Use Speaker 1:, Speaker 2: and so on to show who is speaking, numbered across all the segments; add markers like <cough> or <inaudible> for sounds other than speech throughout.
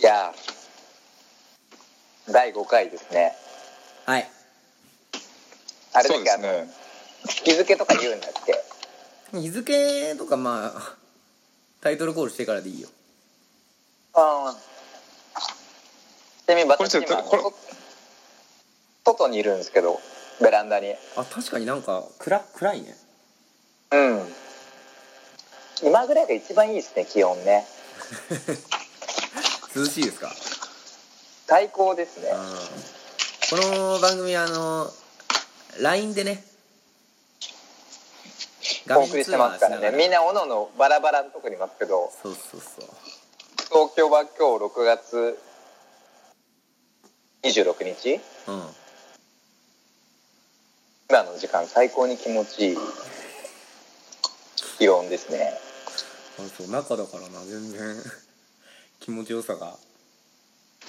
Speaker 1: じゃあ、第5回ですね。
Speaker 2: はい。
Speaker 1: あれだ
Speaker 3: そう
Speaker 1: っけ、
Speaker 3: です
Speaker 1: あの、
Speaker 3: ね
Speaker 1: 日付とか言うんだって。
Speaker 2: 日付とかまあ、タイトルコールしてからでいい
Speaker 1: う
Speaker 2: よ。
Speaker 1: ん。ちなみに
Speaker 3: これ
Speaker 1: 私
Speaker 3: ちょっ
Speaker 1: 今
Speaker 3: とこれ
Speaker 1: と外にいるんですけど、ベランダに。
Speaker 2: あ、確かになんか、暗、暗いね。
Speaker 1: うん。今ぐらいが一番いいですね、気温ね。
Speaker 2: 涼しいですか
Speaker 1: 最高ですね
Speaker 2: う。ん。この番組あの、LINE でね、
Speaker 1: お送りしてますからね。みん
Speaker 2: な。
Speaker 1: なおののバラバラのとこにいますけど、
Speaker 2: そうそうそう。
Speaker 1: 東京は今日6月26日
Speaker 2: うん。
Speaker 1: 今の時間最高に気持ちいい気温ですね。
Speaker 2: あそう、中だからな、全然、 <laughs> 気持ちよさが。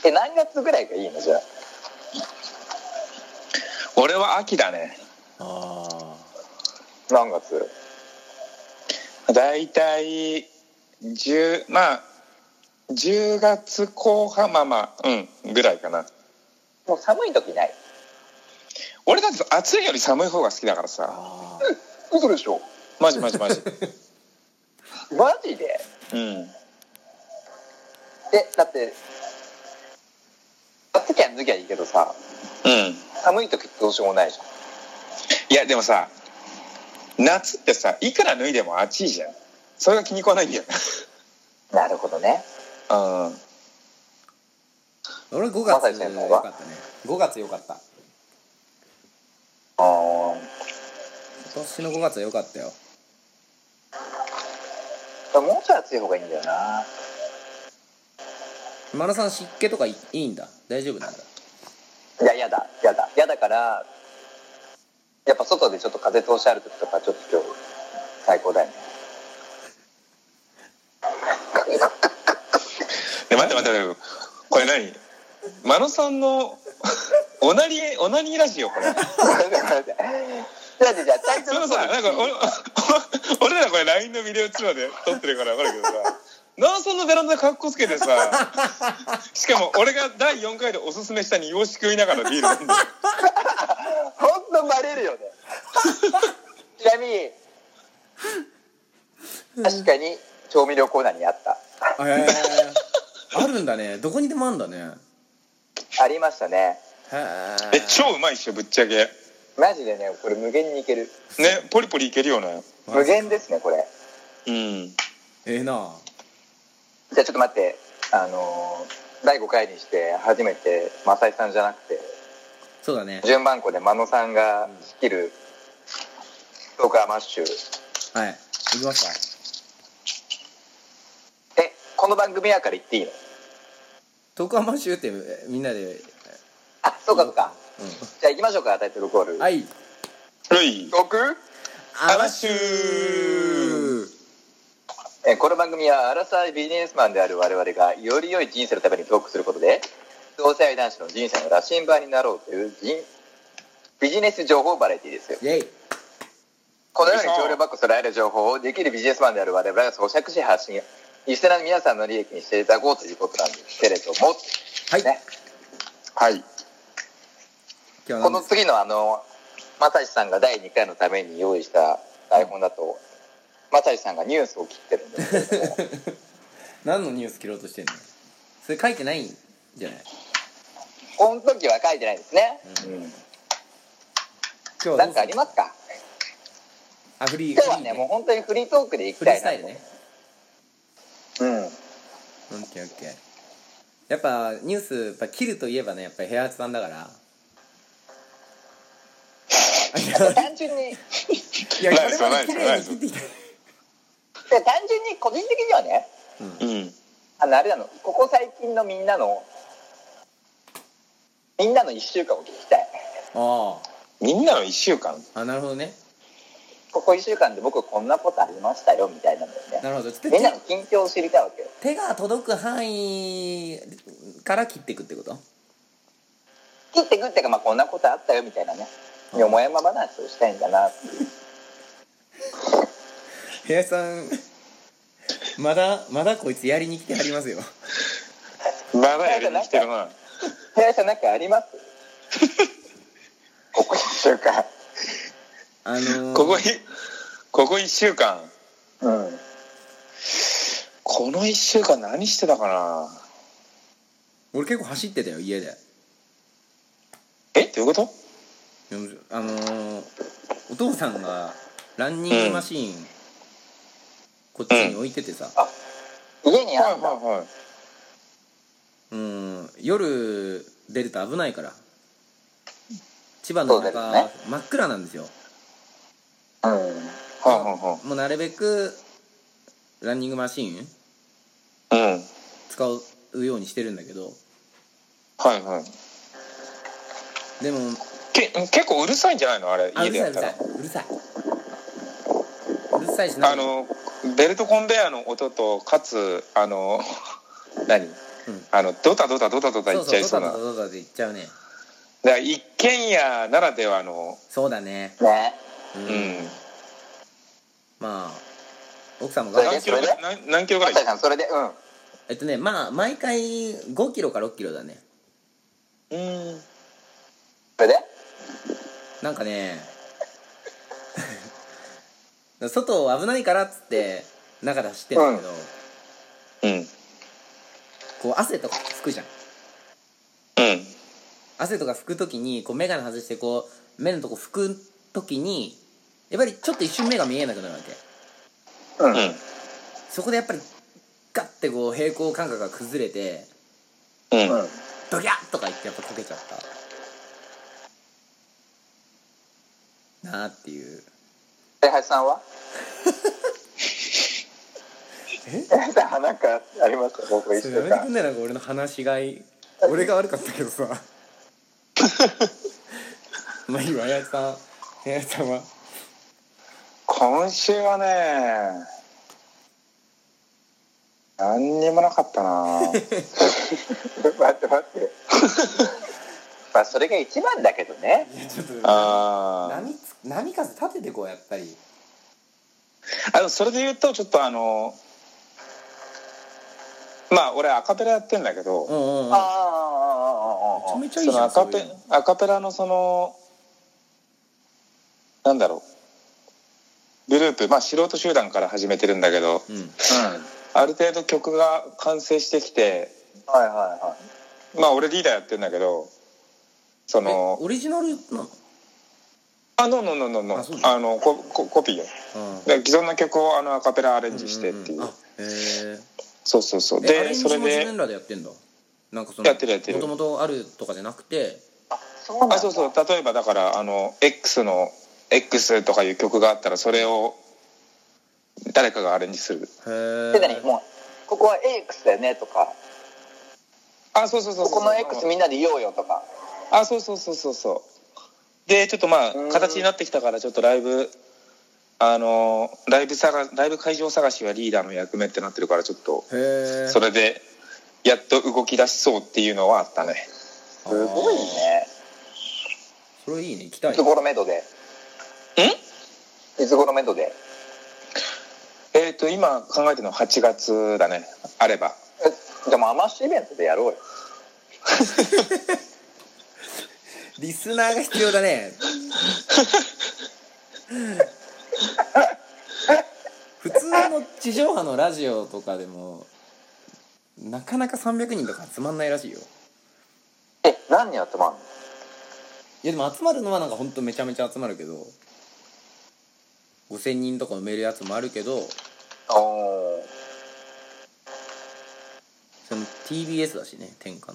Speaker 1: え、何月ぐらいがいいのじゃあ。
Speaker 3: 俺は秋だね
Speaker 2: ああ。
Speaker 1: 何月
Speaker 3: だいたい10まあ10月後半まあまあうんぐらいかな
Speaker 1: もう寒い時ない。
Speaker 3: 俺だって暑いより寒い方が好きだからさ
Speaker 2: あ
Speaker 1: 嘘でしょ
Speaker 3: マジマジマ
Speaker 1: <laughs>
Speaker 3: ジ
Speaker 1: マジで
Speaker 3: うん
Speaker 1: え、だって、暑きゃ脱ぎゃいいけどさ、
Speaker 3: うん
Speaker 1: 寒い時ってどうしようもないじゃん。
Speaker 3: いやでもさ夏ってさいくら脱いでも暑いじゃんそれが気に食わないんだよね
Speaker 1: なるほどね。
Speaker 3: うん
Speaker 2: あ。俺5
Speaker 1: まさに
Speaker 2: 月
Speaker 1: 先
Speaker 2: 良
Speaker 1: 輩
Speaker 2: か
Speaker 1: は
Speaker 2: ったね。5月良かった。
Speaker 1: あー
Speaker 2: 今年の5月は良かったよ。
Speaker 1: もうちょい暑い方がいいんだよな。
Speaker 2: マラさん湿気とかいいいんだ大丈夫なんだ
Speaker 1: いや、やだ、やだ。やだから、やっぱ外でちょっと風通しある時とか、ちょっと今日、最高だ <laughs> よね。
Speaker 3: で待って待って待ってこれ何マノさんの <laughs> おなりおなりラジオこれ
Speaker 1: だってじゃあ、タイト
Speaker 3: そ
Speaker 1: ル
Speaker 3: の <laughs> さなんか俺 <laughs> 俺らこれ LINE のビデオ通話で撮ってるから分かるけどさマノさんのベランダで格好つけ <laughs> てさしかも俺が第4回でおすすめしたに養子食いながらビール飲んで
Speaker 1: ほんとバレるよね。ちなみに、確かに調味料コーナーにあった。
Speaker 2: あえー、あるんだねどこにでもあるんだねへ
Speaker 1: ありましたね。
Speaker 2: え
Speaker 3: え超うまいっしょぶっちゃけね
Speaker 1: マジでね、これ無限にいける。
Speaker 3: ポリポリいけるよね
Speaker 1: 無限ですね、これ。
Speaker 3: うん
Speaker 2: ええな
Speaker 1: じゃあちょっと待って、あのー第5回にして初めて、マサイさんじゃなくて、
Speaker 2: そうだね
Speaker 1: 順番こで真野さんが仕切るストーカーマッシュ
Speaker 2: はい行きますか
Speaker 1: えこの番組やから言っていいの
Speaker 2: トークアマッシュってえみんなで
Speaker 1: あそうかそうか
Speaker 2: う
Speaker 1: じゃあ行きましょうかタイトルコール
Speaker 2: んはい
Speaker 3: はい
Speaker 1: 僕
Speaker 2: ア
Speaker 3: マッシュ
Speaker 1: えこの番組はアラサービジネスマンである我々がより良い人生のためにトークすることで同性愛男子の人生の羅針盤になろうという人ビジネス情報バラエティですよ
Speaker 2: イェイ
Speaker 1: このように調料箱そらえる情報をできるビジネスマンである我々が咀嚼し発信リスナーの皆さんの利益にしていただこうということなんですけれども
Speaker 2: はい今
Speaker 1: ね
Speaker 3: はい
Speaker 2: 日は
Speaker 1: こ
Speaker 2: 何
Speaker 1: の
Speaker 2: です
Speaker 1: 次のあの正志さんが第2回のために用意した台本だと正志さんがニュースを切ってるんですけれども
Speaker 2: 何のニュース切ろうとしてんのそれ書いてないんじゃない
Speaker 1: この時は書いてないですね、
Speaker 2: 今日は
Speaker 1: なん
Speaker 2: どうす
Speaker 1: か
Speaker 2: る
Speaker 1: ありますか
Speaker 2: あフリー
Speaker 1: 今日は
Speaker 2: フリ
Speaker 1: ね
Speaker 2: ー
Speaker 1: もう本当にフリートークでいき
Speaker 2: フリ
Speaker 1: た
Speaker 2: ー
Speaker 1: い
Speaker 2: スタ
Speaker 1: な
Speaker 2: イ
Speaker 1: と
Speaker 2: ルね
Speaker 1: うん
Speaker 2: オッケーオッケーやっぱニュースやっぱ切るといえばねやっぱりヘアーツさんだ <laughs> から
Speaker 1: 単純に
Speaker 2: いや、こ
Speaker 3: ナイ
Speaker 2: れ
Speaker 3: ス
Speaker 2: ま
Speaker 3: ナ
Speaker 2: で
Speaker 3: イ
Speaker 2: 綺
Speaker 3: ス
Speaker 2: 麗に切ってきた。
Speaker 1: で単純に個人的にはね
Speaker 3: うん
Speaker 1: あのあれなのここ最近のみんなのみんなの1週間を聞きたい
Speaker 2: あ
Speaker 3: みんなの1週間
Speaker 2: あ、あ、なるほどね。
Speaker 1: ここ1週間で僕こんなことありましたよみたいなのよ
Speaker 2: な
Speaker 1: ね
Speaker 2: るほど。ちょっと
Speaker 1: みんな
Speaker 2: 手
Speaker 1: の近況を知りたいわけよ
Speaker 2: 手が届く範囲から切っていくってこと
Speaker 1: 切ってくってか、まあ、こんなことあったよみたいなねよもやま話をしたいんだなって
Speaker 2: ヘアさん、まだ、まだこいつやりに来てはりますよ。
Speaker 3: まだやりに来てるな。
Speaker 1: 林さんなんかありますここでしょうか。
Speaker 2: あのー、
Speaker 3: ここい、ここ一週間。
Speaker 1: うん。
Speaker 3: この一週間何してたかな
Speaker 2: 俺結構走ってたよ家で
Speaker 3: えどういうこと
Speaker 2: でもあのー、お父さんがランニングマシーン、こっちに置いててさ、
Speaker 1: 家に
Speaker 3: はい
Speaker 1: あ
Speaker 3: は
Speaker 1: んだ。
Speaker 3: いはい。
Speaker 2: うん、夜出ると危ないから千葉
Speaker 1: そ
Speaker 2: の
Speaker 1: うだ
Speaker 2: 中、
Speaker 1: よね
Speaker 2: 真っ暗なんですよ
Speaker 1: う
Speaker 3: はいは
Speaker 2: もうなるべくランニングマシーン
Speaker 3: いはい。うん。
Speaker 2: 使うようにしてるんだけど
Speaker 3: はいはい。
Speaker 2: でも
Speaker 3: け結構うるさいんじゃないのあれ、
Speaker 2: あう
Speaker 3: 家
Speaker 2: る
Speaker 3: で
Speaker 2: さ
Speaker 3: や
Speaker 2: い
Speaker 3: っ
Speaker 2: うる
Speaker 3: た
Speaker 2: さ
Speaker 3: ら
Speaker 2: い。うるさいうるさいしな
Speaker 3: あの、ベルトコンベヤーの音と、かつ、あの、 <laughs> 何
Speaker 2: うん
Speaker 3: あの、ドタドタドタド
Speaker 2: そ
Speaker 3: タ言
Speaker 2: う
Speaker 3: っちゃ
Speaker 2: そう
Speaker 3: い
Speaker 2: ド
Speaker 3: そ
Speaker 2: タドタ
Speaker 3: うな。だか
Speaker 2: ドタって言っちゃうね
Speaker 3: ら一軒家ならではの、
Speaker 2: そうだね
Speaker 1: ん。ね。
Speaker 2: うん、
Speaker 3: うん。
Speaker 2: まあ奥さんも
Speaker 1: そ
Speaker 2: 頑
Speaker 1: れで
Speaker 2: 張って
Speaker 3: 何キロぐらい
Speaker 1: そ
Speaker 3: 何何キロぐらい
Speaker 1: 林さんそれでうん。
Speaker 2: えっとねまあ毎回5キロか6キロだね
Speaker 3: うん。
Speaker 1: それで
Speaker 2: なんかね <laughs> 外危ないからっつって中で走ってんだけど、
Speaker 3: うん。
Speaker 2: こう汗とか拭くじゃん
Speaker 3: うん。
Speaker 2: 汗とか拭くときにこう眼鏡外してこう目のとこ拭くときにやっぱりちょっと一瞬目が見えなくなるわけ
Speaker 1: う。
Speaker 3: うんん。
Speaker 2: そこでやっぱりガッてこう平行感覚が崩れて
Speaker 3: うん。
Speaker 1: うん。
Speaker 2: ドギャッとか言ってやっぱ溶けちゃったなあっていう
Speaker 1: で林さんは？
Speaker 2: え
Speaker 1: 林さんなんかありますか？ここ一
Speaker 2: そ
Speaker 1: 週
Speaker 2: れやめて
Speaker 1: 間
Speaker 2: く。んないなんか俺の話しがい俺が悪かったけど <laughs> さまあいいわやつさんやつさんは
Speaker 3: 今週はね何にもなかったな
Speaker 2: <laughs>
Speaker 1: 待って待って。まあそれが一番だけどね。
Speaker 2: いやちょっと
Speaker 3: あ
Speaker 2: 波つ波風立ててこうやっぱり
Speaker 3: ーあでもそれで言うとちょっとあのまあ俺アカペラやってんだけど、
Speaker 2: うんうんうん
Speaker 1: ああああああああ
Speaker 2: めちゃめちゃいいじ
Speaker 3: そ
Speaker 2: ゃ
Speaker 3: の
Speaker 2: ん
Speaker 3: アカ
Speaker 2: そう
Speaker 3: ペ
Speaker 2: いうの
Speaker 3: アカペラのそのなんだろうグループまあ素人集団から始めてるんだけど
Speaker 2: うん
Speaker 1: うん。
Speaker 3: ある程度曲が完成してきて
Speaker 1: はいはいはい。
Speaker 3: まあ俺リーダーやってんだけどそ
Speaker 2: え
Speaker 3: の
Speaker 2: オリジナルなの
Speaker 3: あ、ノーノーノーノーノ
Speaker 2: あそう
Speaker 3: ー。あの、コココピーよ。
Speaker 2: うん
Speaker 3: で既存の曲をあのアカペラアレンジしてっていう。
Speaker 2: あへ
Speaker 3: そうそうそう。
Speaker 2: えでアレ
Speaker 3: で、
Speaker 2: ンジ
Speaker 3: そ
Speaker 2: も
Speaker 3: れ
Speaker 2: 自
Speaker 3: で
Speaker 2: 分、らでやってんだなんかその
Speaker 3: やってるやってる
Speaker 2: もともとあるとかじゃなくて
Speaker 1: そうなんだ。
Speaker 3: あ、そうそう。例えばだから、あの、X の、X とかいう曲があったら、それを誰かがアレンジする。
Speaker 1: で
Speaker 2: へ
Speaker 1: 何もうここは AX だよねとか
Speaker 3: あ、そうそうそう
Speaker 1: こ
Speaker 3: そう。
Speaker 1: この X みんなで言おうよとか
Speaker 3: あ、そうそうそうそうそう。で、ちょっとまあ
Speaker 1: うん、
Speaker 3: 形になってきたから、ちょっとライブ、あの、ライブ探、ライブ会場探しはリーダーの役目ってなってるから、ちょっと、
Speaker 2: えへえ
Speaker 3: それで、やっと動き出しそうっていうのはあったね。
Speaker 2: す
Speaker 1: すごいね
Speaker 2: それいいね行きた
Speaker 1: い
Speaker 2: い
Speaker 1: つ頃メドでいつ頃メドで
Speaker 3: えっ、と今考えてるのは8月だねあれば
Speaker 1: えでもアマッシュイベントでやろうよ
Speaker 2: リスナーが必要だね。 <laughs> 普通の地上波のラジオとかでもなかなか300人とか集まんないらしいよ
Speaker 1: え何人集まんの
Speaker 2: いやでも集まるのはなんかほんとめちゃめちゃ集まるけど5000人とか埋めるやつもあるけど
Speaker 1: おー
Speaker 2: その TBS だしね天下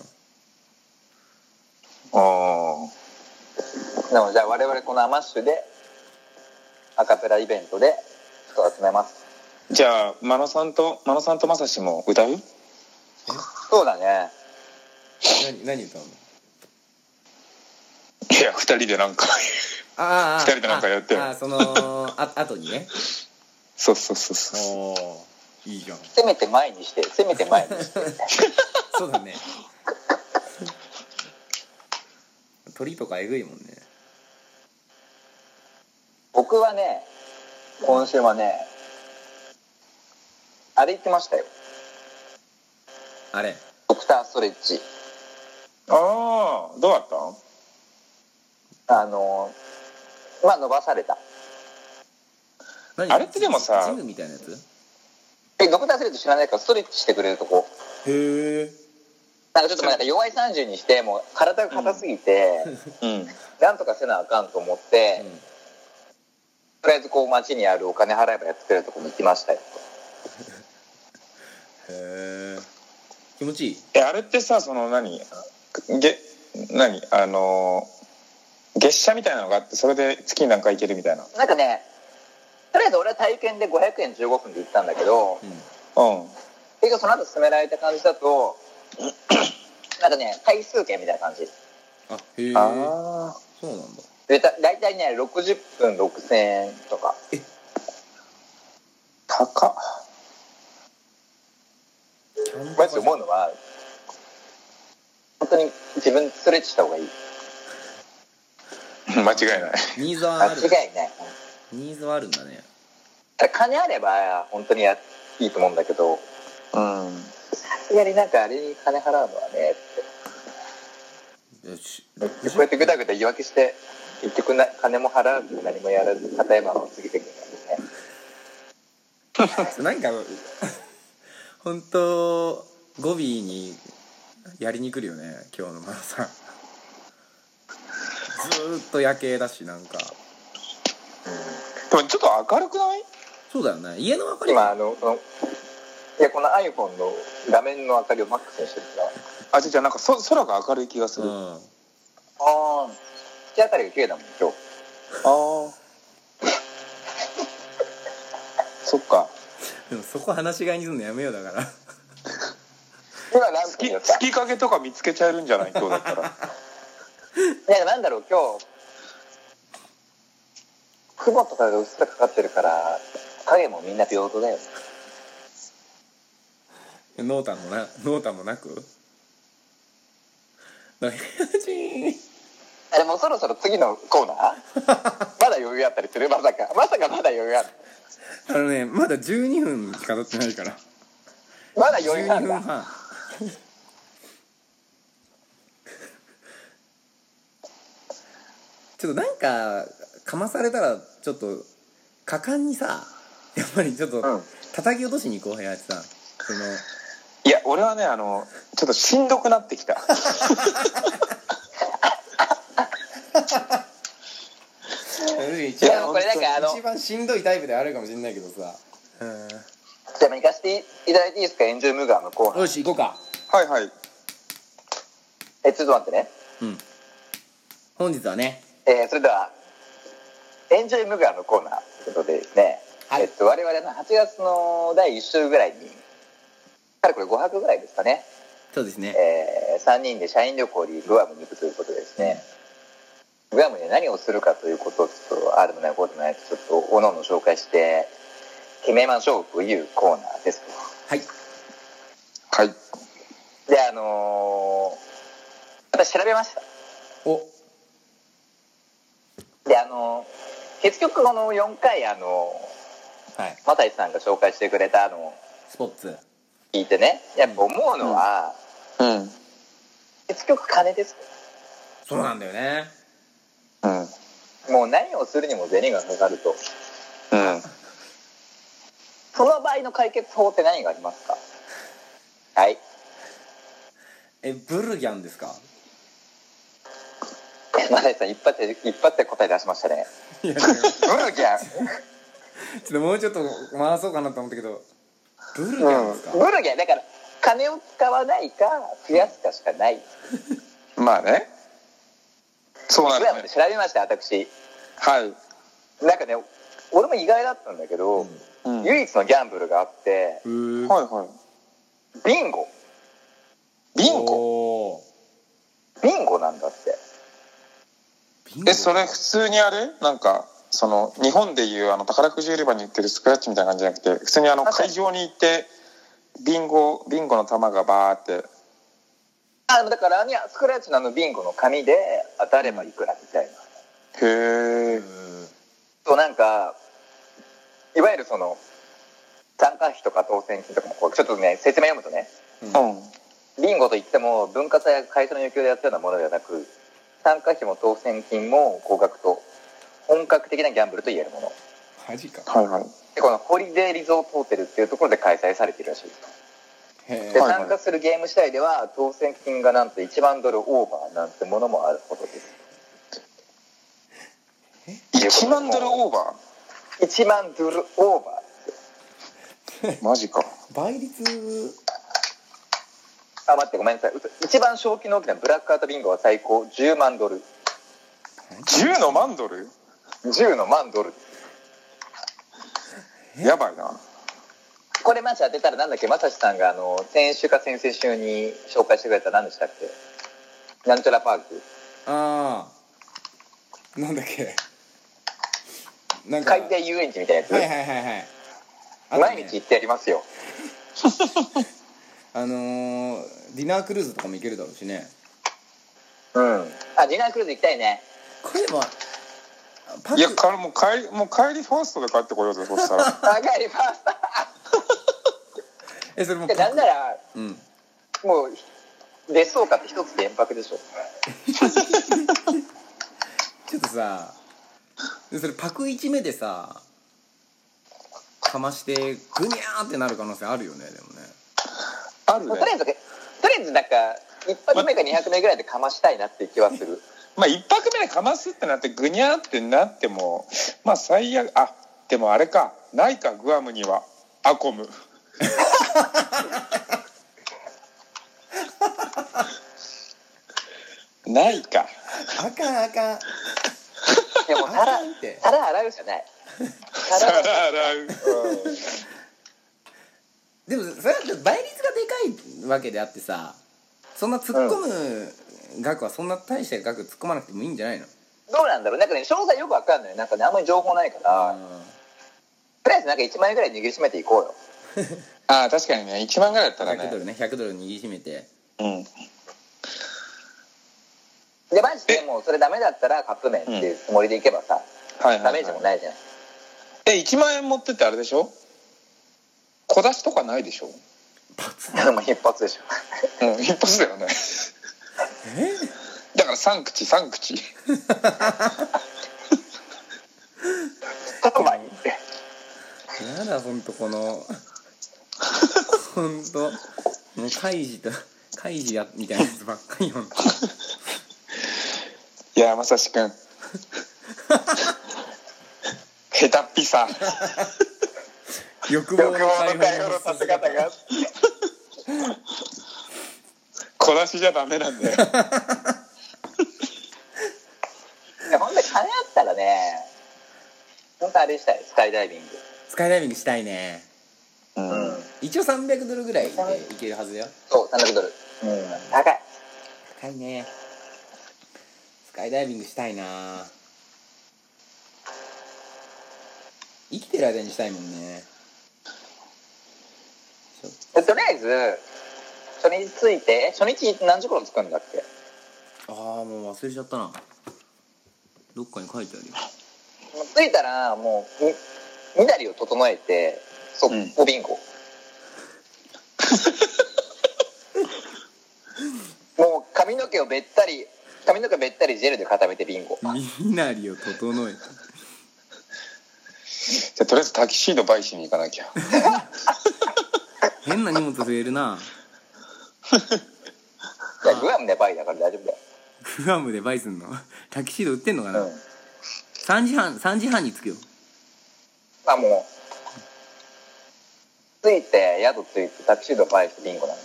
Speaker 2: の
Speaker 3: あ
Speaker 1: でもじゃあ我々このアマッシュでアカペライベントで人集めます
Speaker 3: じゃあ真野さんと真野さんとまさしも歌う
Speaker 1: そうだね
Speaker 2: 何何歌うの
Speaker 3: いや2人でなんか <laughs>
Speaker 2: ああ
Speaker 3: 二人でなんかやってる
Speaker 2: ああそのあ後にね
Speaker 3: そうそうそうそう
Speaker 2: おおいいじゃん
Speaker 1: せめて前にしてせめて <laughs> 前にして
Speaker 2: そうだね鳥とかえぐいもんね
Speaker 1: 僕はね今週はねあれ行ってましたよ
Speaker 2: あれ
Speaker 1: ドクターストレッチ
Speaker 3: ああどうだった
Speaker 1: あのーまあ伸ばされた
Speaker 2: 何
Speaker 3: あれってでもさ
Speaker 2: ジムみたいなやつ
Speaker 1: えドクターストレッチ知らないからストレッチしてくれるとこ
Speaker 2: へえ
Speaker 1: なんかちょっとなんか弱い30にしてもう体が硬すぎて、
Speaker 3: うん
Speaker 1: なんとかせなあかんと思って、とりあえずこう街にあるお金払えばやってくれるとこに行きましたよ
Speaker 2: へえ気持ちいい
Speaker 3: えあれってさその何げ何あのー月謝みたいなのがあってそれで月に何回行けるみたいな
Speaker 1: なんかねとりあえず俺は体験で500円15分で行ったんだけど
Speaker 2: うん
Speaker 3: うん
Speaker 1: 結局その後進められた感じだと <clears throat> なんかね回数券みたいな感じ
Speaker 2: あへえ
Speaker 3: あ
Speaker 2: そうなんだ
Speaker 1: でた大体ね60分6000円とか
Speaker 3: あ高っ
Speaker 2: キャン
Speaker 1: マ
Speaker 2: プ
Speaker 1: ジで思うのは本当に自分ストレッチした方がいい
Speaker 3: <laughs> 間違いない
Speaker 2: ニーズは
Speaker 1: 間
Speaker 2: ある
Speaker 1: 違いない
Speaker 2: ニーズはあるんだね
Speaker 1: ただ金あれば本当にやいいと思うんだけど
Speaker 3: うん
Speaker 1: さすがになんかあれに金払うのはね
Speaker 2: よし
Speaker 1: こうやってぐだ
Speaker 2: ぐ
Speaker 1: ぐだ言い訳して結局な金も払わず何もやらず片山を過ぎていくんですね
Speaker 2: だ <laughs> なんか本当語尾にやりに来るよね今日のマラさんずーっと夜景だしなんか
Speaker 3: でもちょっと明るくない
Speaker 2: そうだよね家の明かり
Speaker 1: 今あのそのいやこの iPhone の画面の明かりをマックスにしてるから
Speaker 3: あじゃじゃなんかそ空が明るい気がす
Speaker 2: う
Speaker 3: る、あ
Speaker 2: ん
Speaker 1: ああ口あたりが綺麗だもん今日
Speaker 3: あ <laughs> そっか
Speaker 2: でもそこ話し飼いにするのやめようだから <laughs>
Speaker 1: 今何分
Speaker 3: 月
Speaker 1: だった
Speaker 3: 月影とか見つけちゃえるんじゃない今日だった <laughs> ら
Speaker 1: いやなんだろう今日雲とかがうっすらかかってるから影もみんな平等だよ
Speaker 2: 濃淡もな濃淡もなく <laughs> だから友人
Speaker 1: あれもうそろそろ次のコーナーまだ余裕あったりするまさかまさかまだ余裕ある
Speaker 2: あのねまだ12分しか経ってないから
Speaker 1: まだ余裕あ
Speaker 2: 12
Speaker 1: るん
Speaker 2: 分
Speaker 1: だ
Speaker 2: 半 <laughs> ちょっとなんかかまされたらちょっと果敢にさやっぱりちょっと
Speaker 1: うん
Speaker 2: 叩き落としに行こうやってさその
Speaker 3: いや俺はねあのちょっとしんどくなってきた
Speaker 2: 一
Speaker 1: いやでもこれなんかあの
Speaker 2: 一番しんどいタイプではあるかもしれないけどさう
Speaker 1: じゃあ行かせていただいていいですかエンジョイムーガーのコーナー
Speaker 2: んよし行こうか
Speaker 3: はいはい
Speaker 1: えちょっと待ってね、
Speaker 2: うん本日はね
Speaker 1: えーそれではエンジョイムーガーのコーナーということでですね、
Speaker 2: はい
Speaker 1: えっと、我々の8月の第1週ぐらいにかれこれ5泊ぐらいですかね、
Speaker 2: そうですね
Speaker 1: え3人で社員旅行にグアムに行くということでですね、グアムで何をするかということをちょっとあるもないこうでもないとちょっとおのおの紹介して決めましょうというコーナーです
Speaker 2: はい
Speaker 3: はい
Speaker 1: であのー私調べました
Speaker 2: お
Speaker 1: であの結局この4回あの
Speaker 2: はい
Speaker 1: マサイさんが紹介してくれたあの
Speaker 2: スポーツ
Speaker 1: 聞いてねやっぱ思うのは、
Speaker 3: うん
Speaker 1: 結局金です
Speaker 2: そうなんだよね
Speaker 3: うん
Speaker 1: もう何をするにも銭がかかると
Speaker 3: うん
Speaker 1: その場合の解決法って何がありますかはい <laughs>
Speaker 2: えブルギャンですか
Speaker 1: マサイさん一発で一発で答え出しましたね
Speaker 2: いや
Speaker 1: ブルギャン
Speaker 2: ちょっともうちょっと回そうかなと思ったけどブルギャンですか、
Speaker 1: ブルギャンだから金を使わないか増やすかしかない
Speaker 3: まあねそうなん
Speaker 1: グア
Speaker 3: だ
Speaker 1: ムで
Speaker 3: ね
Speaker 1: 調べました私
Speaker 3: はい、
Speaker 1: なんかね俺も意外だったんだけど、
Speaker 3: うんはい
Speaker 1: 唯一のギャンブルがあって
Speaker 2: うん、
Speaker 3: は
Speaker 1: ビンゴ
Speaker 3: いビンゴ
Speaker 2: ゴ
Speaker 1: ビンゴなんだって
Speaker 2: ビンゴ
Speaker 3: えそれ普通にあれなんかその日本でいうあの宝くじ売り場に売ってるスクラッチみたいな感じじゃなくて普通にあの
Speaker 1: あそう
Speaker 3: 会場に行ってビンゴビンゴの玉がバーって
Speaker 1: あだからいやスクラッチのあのビンゴの紙で当たればいくらみたいな
Speaker 3: へえ
Speaker 2: うん
Speaker 1: そうなんかいわゆるその参加費とか当選金とかもこうちょっとね説明読むとね
Speaker 3: うん
Speaker 1: ビンゴと言っても文化祭や会社の要求でやったようなものではなく参加費も当選金も高額と本格的なギャンブルと言えるもの
Speaker 2: マジか
Speaker 4: はいはい。
Speaker 1: でこのホリデーリゾートホテルっていうところで開催されているらしいです
Speaker 2: へ
Speaker 1: で
Speaker 4: はい
Speaker 1: 参加するゲーム次第では当選金がなんと1万ドルオーバーなんてものもあるほどです
Speaker 4: 1万ドルオーバ
Speaker 1: 1万ドルオーバ
Speaker 4: ーマジか。
Speaker 2: え倍率
Speaker 1: ーあ待ってごめんなさい嘘一番賞金の大きなブラックアウトビンゴは最高10万ドル
Speaker 4: 10の万ドル
Speaker 1: 10の万ドル
Speaker 4: やばいな。
Speaker 1: これマジ当てたらなんだっけまさしさんがあの先週か先々週に紹介してくれた何でしたっけなんちゃらパーク
Speaker 2: ああなんだっけなんか
Speaker 1: 海底遊園地みたいなやつ、
Speaker 2: はいはいはいはいあとね
Speaker 1: 毎日行ってやりますよ
Speaker 2: あのーディナークルーズとかも行けるだろうしね
Speaker 1: うんあディナークルーズ行きたい <laughs> ね
Speaker 2: これでもパ
Speaker 3: いや
Speaker 2: ク
Speaker 3: からもう帰りもう帰りファーストで帰ってこようぜそしたら
Speaker 1: わかりまし
Speaker 2: えそれも
Speaker 1: たなんなら
Speaker 2: うん
Speaker 1: もう別荘買って一つで延泊でしょ
Speaker 2: ちょっとさでそれパク1目でさかましてグニャーってなる可能性あるよねでもね
Speaker 3: ある
Speaker 1: もうとりあえずとりあえずなんか一泊目か二泊目ぐらいでかましたいなっていう気はす <laughs> る
Speaker 3: まあ一泊目でかますってなってぐにゃーってなってもまあ最悪あでもあれかないかグアムにはアコム <laughs> ないか
Speaker 2: あかんあかん
Speaker 1: でも
Speaker 2: あ
Speaker 1: 皿
Speaker 2: かんって
Speaker 1: 皿洗うしかない <laughs>
Speaker 3: 皿
Speaker 1: 皿
Speaker 3: 洗う
Speaker 2: でもそれだって倍率がでかいわけであってさそんな突っ込む額はそんな大した額突っ込まなくてもいいんじゃないの
Speaker 1: どうなんだろうなんかね詳細よくわかんないなんかねあんまり情報ないから、とりあえずなんか1万円ぐらい握りしめていこうよ
Speaker 3: あー確かにね1万ぐらいだったら
Speaker 2: 100ド
Speaker 3: ね
Speaker 2: ルね100ドル握りしめて
Speaker 3: うん
Speaker 1: でマジでもうそれダメだったらカップ麺っていうつもりでいけばさ、
Speaker 3: はい
Speaker 1: ダ
Speaker 3: は
Speaker 1: メ
Speaker 3: い、
Speaker 1: ージも
Speaker 3: はい、
Speaker 1: ないじゃない、
Speaker 3: え1万円持ってってあれでしょ小出しとかないでしょ、
Speaker 2: パツ
Speaker 1: で <laughs> も一発でしょ
Speaker 3: うん、一発だよね
Speaker 2: え
Speaker 3: だから3口3口
Speaker 1: <laughs> うまい
Speaker 2: やだほんとこのほんともうカイジとカイジやみたいなやつばっかりよ
Speaker 3: いやーまさしくん下手っぴさ
Speaker 2: 欲望
Speaker 1: 欲
Speaker 2: の
Speaker 1: 望
Speaker 2: 解
Speaker 1: の解
Speaker 2: 放
Speaker 1: 放
Speaker 2: の
Speaker 1: の
Speaker 2: さ
Speaker 1: さ
Speaker 2: せ
Speaker 1: せ
Speaker 2: 方
Speaker 1: 方
Speaker 2: が
Speaker 1: が
Speaker 3: 小出しじゃダメなんだよ
Speaker 1: いやほんとに金あったらねほんとあれしたいスカイダイビング
Speaker 2: スカイダイビングしたいね
Speaker 1: うん
Speaker 2: 一応300ドルぐらいでいけるはずだよ
Speaker 1: そう300ドルうん高い
Speaker 2: 高いねスカイダイビングしたいな生きてる間にしたいもんね
Speaker 1: でとりあえず初日着いてえ初日何時頃着くんだっけ
Speaker 2: ああもう忘れちゃったなどっかに書いてあるよ
Speaker 1: もう着いたらもうみ身なりを整えて速攻ビンゴ、もう髪の毛をべったり髪の毛べったりジェルで固めてビンゴ
Speaker 2: 身なりを整えて
Speaker 3: じゃあとりあえずタキシード買いしに行かなきゃ
Speaker 2: 変な荷物増えるない
Speaker 1: やグアムでバイだから大丈夫だよ、
Speaker 2: グアムでバイすんのタキシード売ってんのかな、
Speaker 1: うん
Speaker 2: 3時半3時半に着くよ
Speaker 1: まあもう着いて宿着いてタキシードバイしてビンゴなんだ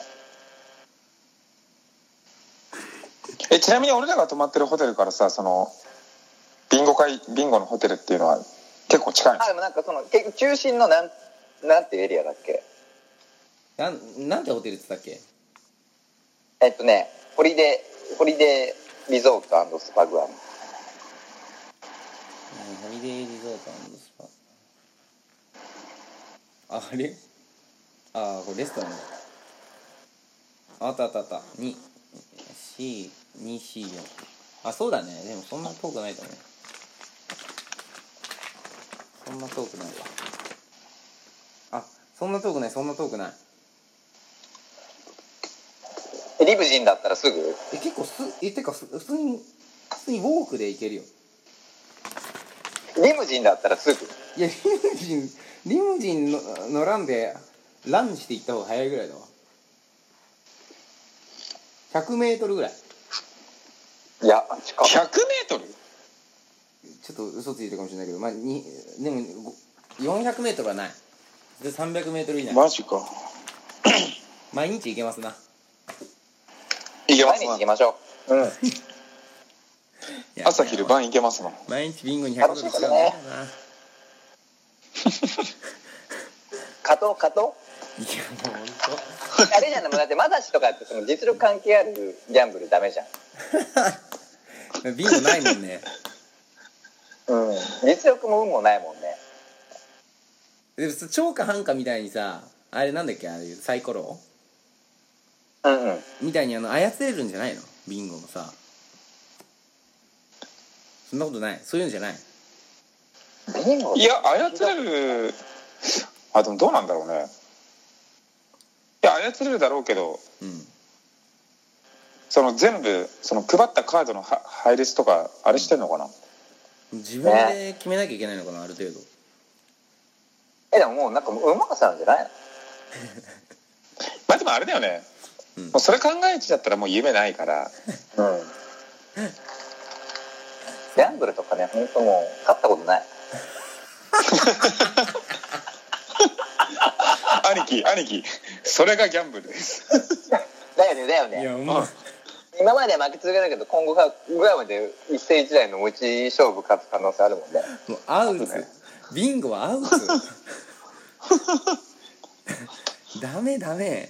Speaker 3: えちなみに俺らが泊まってるホテルからさそのビンゴ会ビンゴのホテルっていうのは結構近いの
Speaker 1: あでもなんかその結局中心のなんなんていうエリアだっけ
Speaker 2: なんなんてホテルって言ったっけ
Speaker 1: えっとねホリデーホリデーリゾートスパグアム
Speaker 2: ホリデーリゾートスパああれああこれレストランだあったあったあった 2C2C あそうだねでもそんな遠くないと思うそんな遠くないわあそんな遠くないそんな遠くない
Speaker 1: 理不尽だったらすぐ
Speaker 2: え結構すえてかす普通に普通にウォークで行けるよ
Speaker 1: リムジンだったらすぐ
Speaker 2: いやリムジンリムジンの乗らんでランして行った方が早いぐらいだわ 100m ぐらい
Speaker 1: いや近
Speaker 3: 100
Speaker 1: く
Speaker 3: メートル
Speaker 2: ちょっと嘘ついてるかもしれないけどまあにでもご 400m はないで 300m 以内、
Speaker 4: マジか。
Speaker 2: 毎日行けますない
Speaker 4: けま
Speaker 1: 毎
Speaker 4: す
Speaker 1: 日
Speaker 4: な
Speaker 1: 行きましょ
Speaker 2: いや
Speaker 4: 朝昼晩いけますな。
Speaker 2: 毎日ビンゴに100ドル使うの嫌だな
Speaker 1: う加藤加藤
Speaker 2: いやもう本
Speaker 1: あれじゃんでもだってまだしとかってその実力関係あるギャンブルダメじゃん
Speaker 2: 当。ビンゴないもんね
Speaker 1: うん実力も運もないもんね
Speaker 2: でもさ超か半かみたいにさあれなんだっけあれサイコロ
Speaker 1: うんうん
Speaker 2: みたいにあの操れるんじゃないのビンゴもさそんなことないそういうんじゃない
Speaker 1: ビンゴ
Speaker 3: いや操れる
Speaker 4: あ、でもどうなんだろうね。
Speaker 3: いや操れるだろうけど
Speaker 2: うん
Speaker 4: その全部、その配ったカードのは配列とか、あれしてんのかな
Speaker 2: 自分で決めなきゃいけないのかなある程度
Speaker 1: えでももうなんかもう馬さんじゃないの
Speaker 3: まあでもあれだよね、
Speaker 2: うん
Speaker 3: もうそれ考えちゃったらもう夢ないから
Speaker 4: うん。
Speaker 1: ギャンブルとかね本当もう勝ったことない
Speaker 3: 兄貴兄貴それがギャンブルです
Speaker 1: だよねだよね
Speaker 2: やお前
Speaker 1: 今までは負け続けたけど今後がグアムで一世一代の持ち勝負勝つ可能性あるもんね
Speaker 2: もうアウトビンゴはアウト <laughs> ダメダメ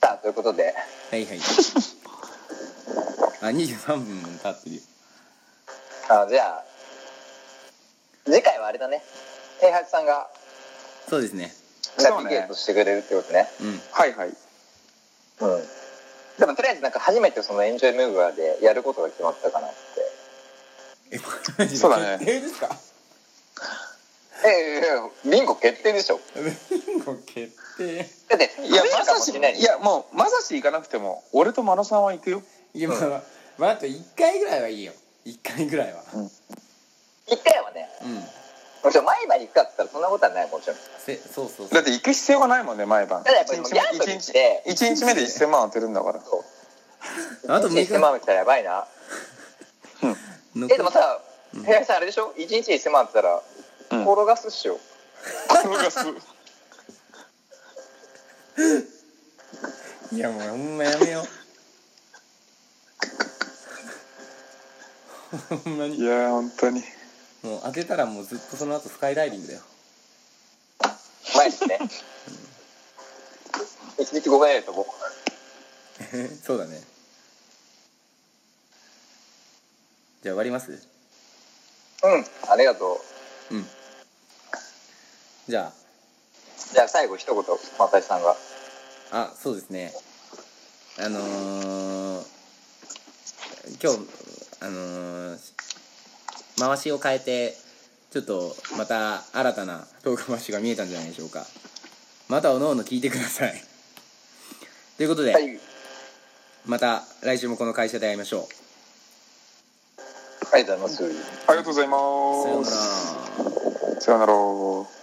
Speaker 1: さあということで
Speaker 2: はいはいあ23分も経ってるよ
Speaker 1: あじゃあ次回はあれだね平八さんが
Speaker 2: そうですね
Speaker 1: ナ
Speaker 4: そう
Speaker 1: ビ
Speaker 4: ね
Speaker 1: ゲートしてくれるってことね
Speaker 2: うん
Speaker 4: はいはい。
Speaker 1: うんでもとりあえずなんか初めてそのエンジョイムーバーでやることが決まったかなって
Speaker 2: えマジで
Speaker 4: そうだね
Speaker 2: 決定ですか
Speaker 1: ええええビンゴ決定でしょ
Speaker 2: ビンゴ決定
Speaker 1: だって
Speaker 4: いや、
Speaker 1: 増え
Speaker 4: ま
Speaker 1: るか
Speaker 4: さ
Speaker 1: も
Speaker 4: し、
Speaker 1: しれない
Speaker 4: いや、もう、まさし行かなくても、俺とマノさんは行くよ。
Speaker 2: いやまあ、まあ、あと1回ぐらいはいいよ1回ぐらいは
Speaker 1: 一回はね
Speaker 2: うん
Speaker 1: もちろん毎晩行くかって言ったらそんなことはないもちろん
Speaker 2: せそうそうそ
Speaker 4: だっ
Speaker 2: う
Speaker 4: て行く必要がないもんね、毎晩。
Speaker 1: ただやっぱりもう
Speaker 4: 一
Speaker 1: ギャンブルっ
Speaker 4: 一日
Speaker 1: て
Speaker 4: 一日目で1000万当てるんだから。 <laughs>
Speaker 2: あと
Speaker 1: 1日
Speaker 2: 6
Speaker 1: 1000万ったらやばいな
Speaker 2: 日
Speaker 1: えでもさ平井さんあれでしょ1日1000万って言ったら
Speaker 4: うん
Speaker 1: 転がすっしょ
Speaker 3: 転がす
Speaker 2: いやもうほんまやめようほんま
Speaker 4: い
Speaker 2: に
Speaker 4: やー、本当に。
Speaker 2: もう当てたらもうずっとその後スカイダイビングだよ <laughs>
Speaker 1: 毎日 <laughs> ね一日5回やると思う
Speaker 2: そうだねじゃあ終わります
Speaker 1: うんありがとう
Speaker 2: うんじゃ
Speaker 1: じゃあ最後一言正井さんが
Speaker 2: ああそうですねあのー、今日あのー、回しを変えてちょっとまた新たなトーク回しが見えたんじゃないでしょうかまたおのおの聞いてくださいということで、
Speaker 1: はい
Speaker 2: また来週もこの会社で会いましょ
Speaker 1: ありがとうございます
Speaker 4: ありがとうございま
Speaker 2: うさよう
Speaker 4: す。
Speaker 2: なら
Speaker 4: さようなら。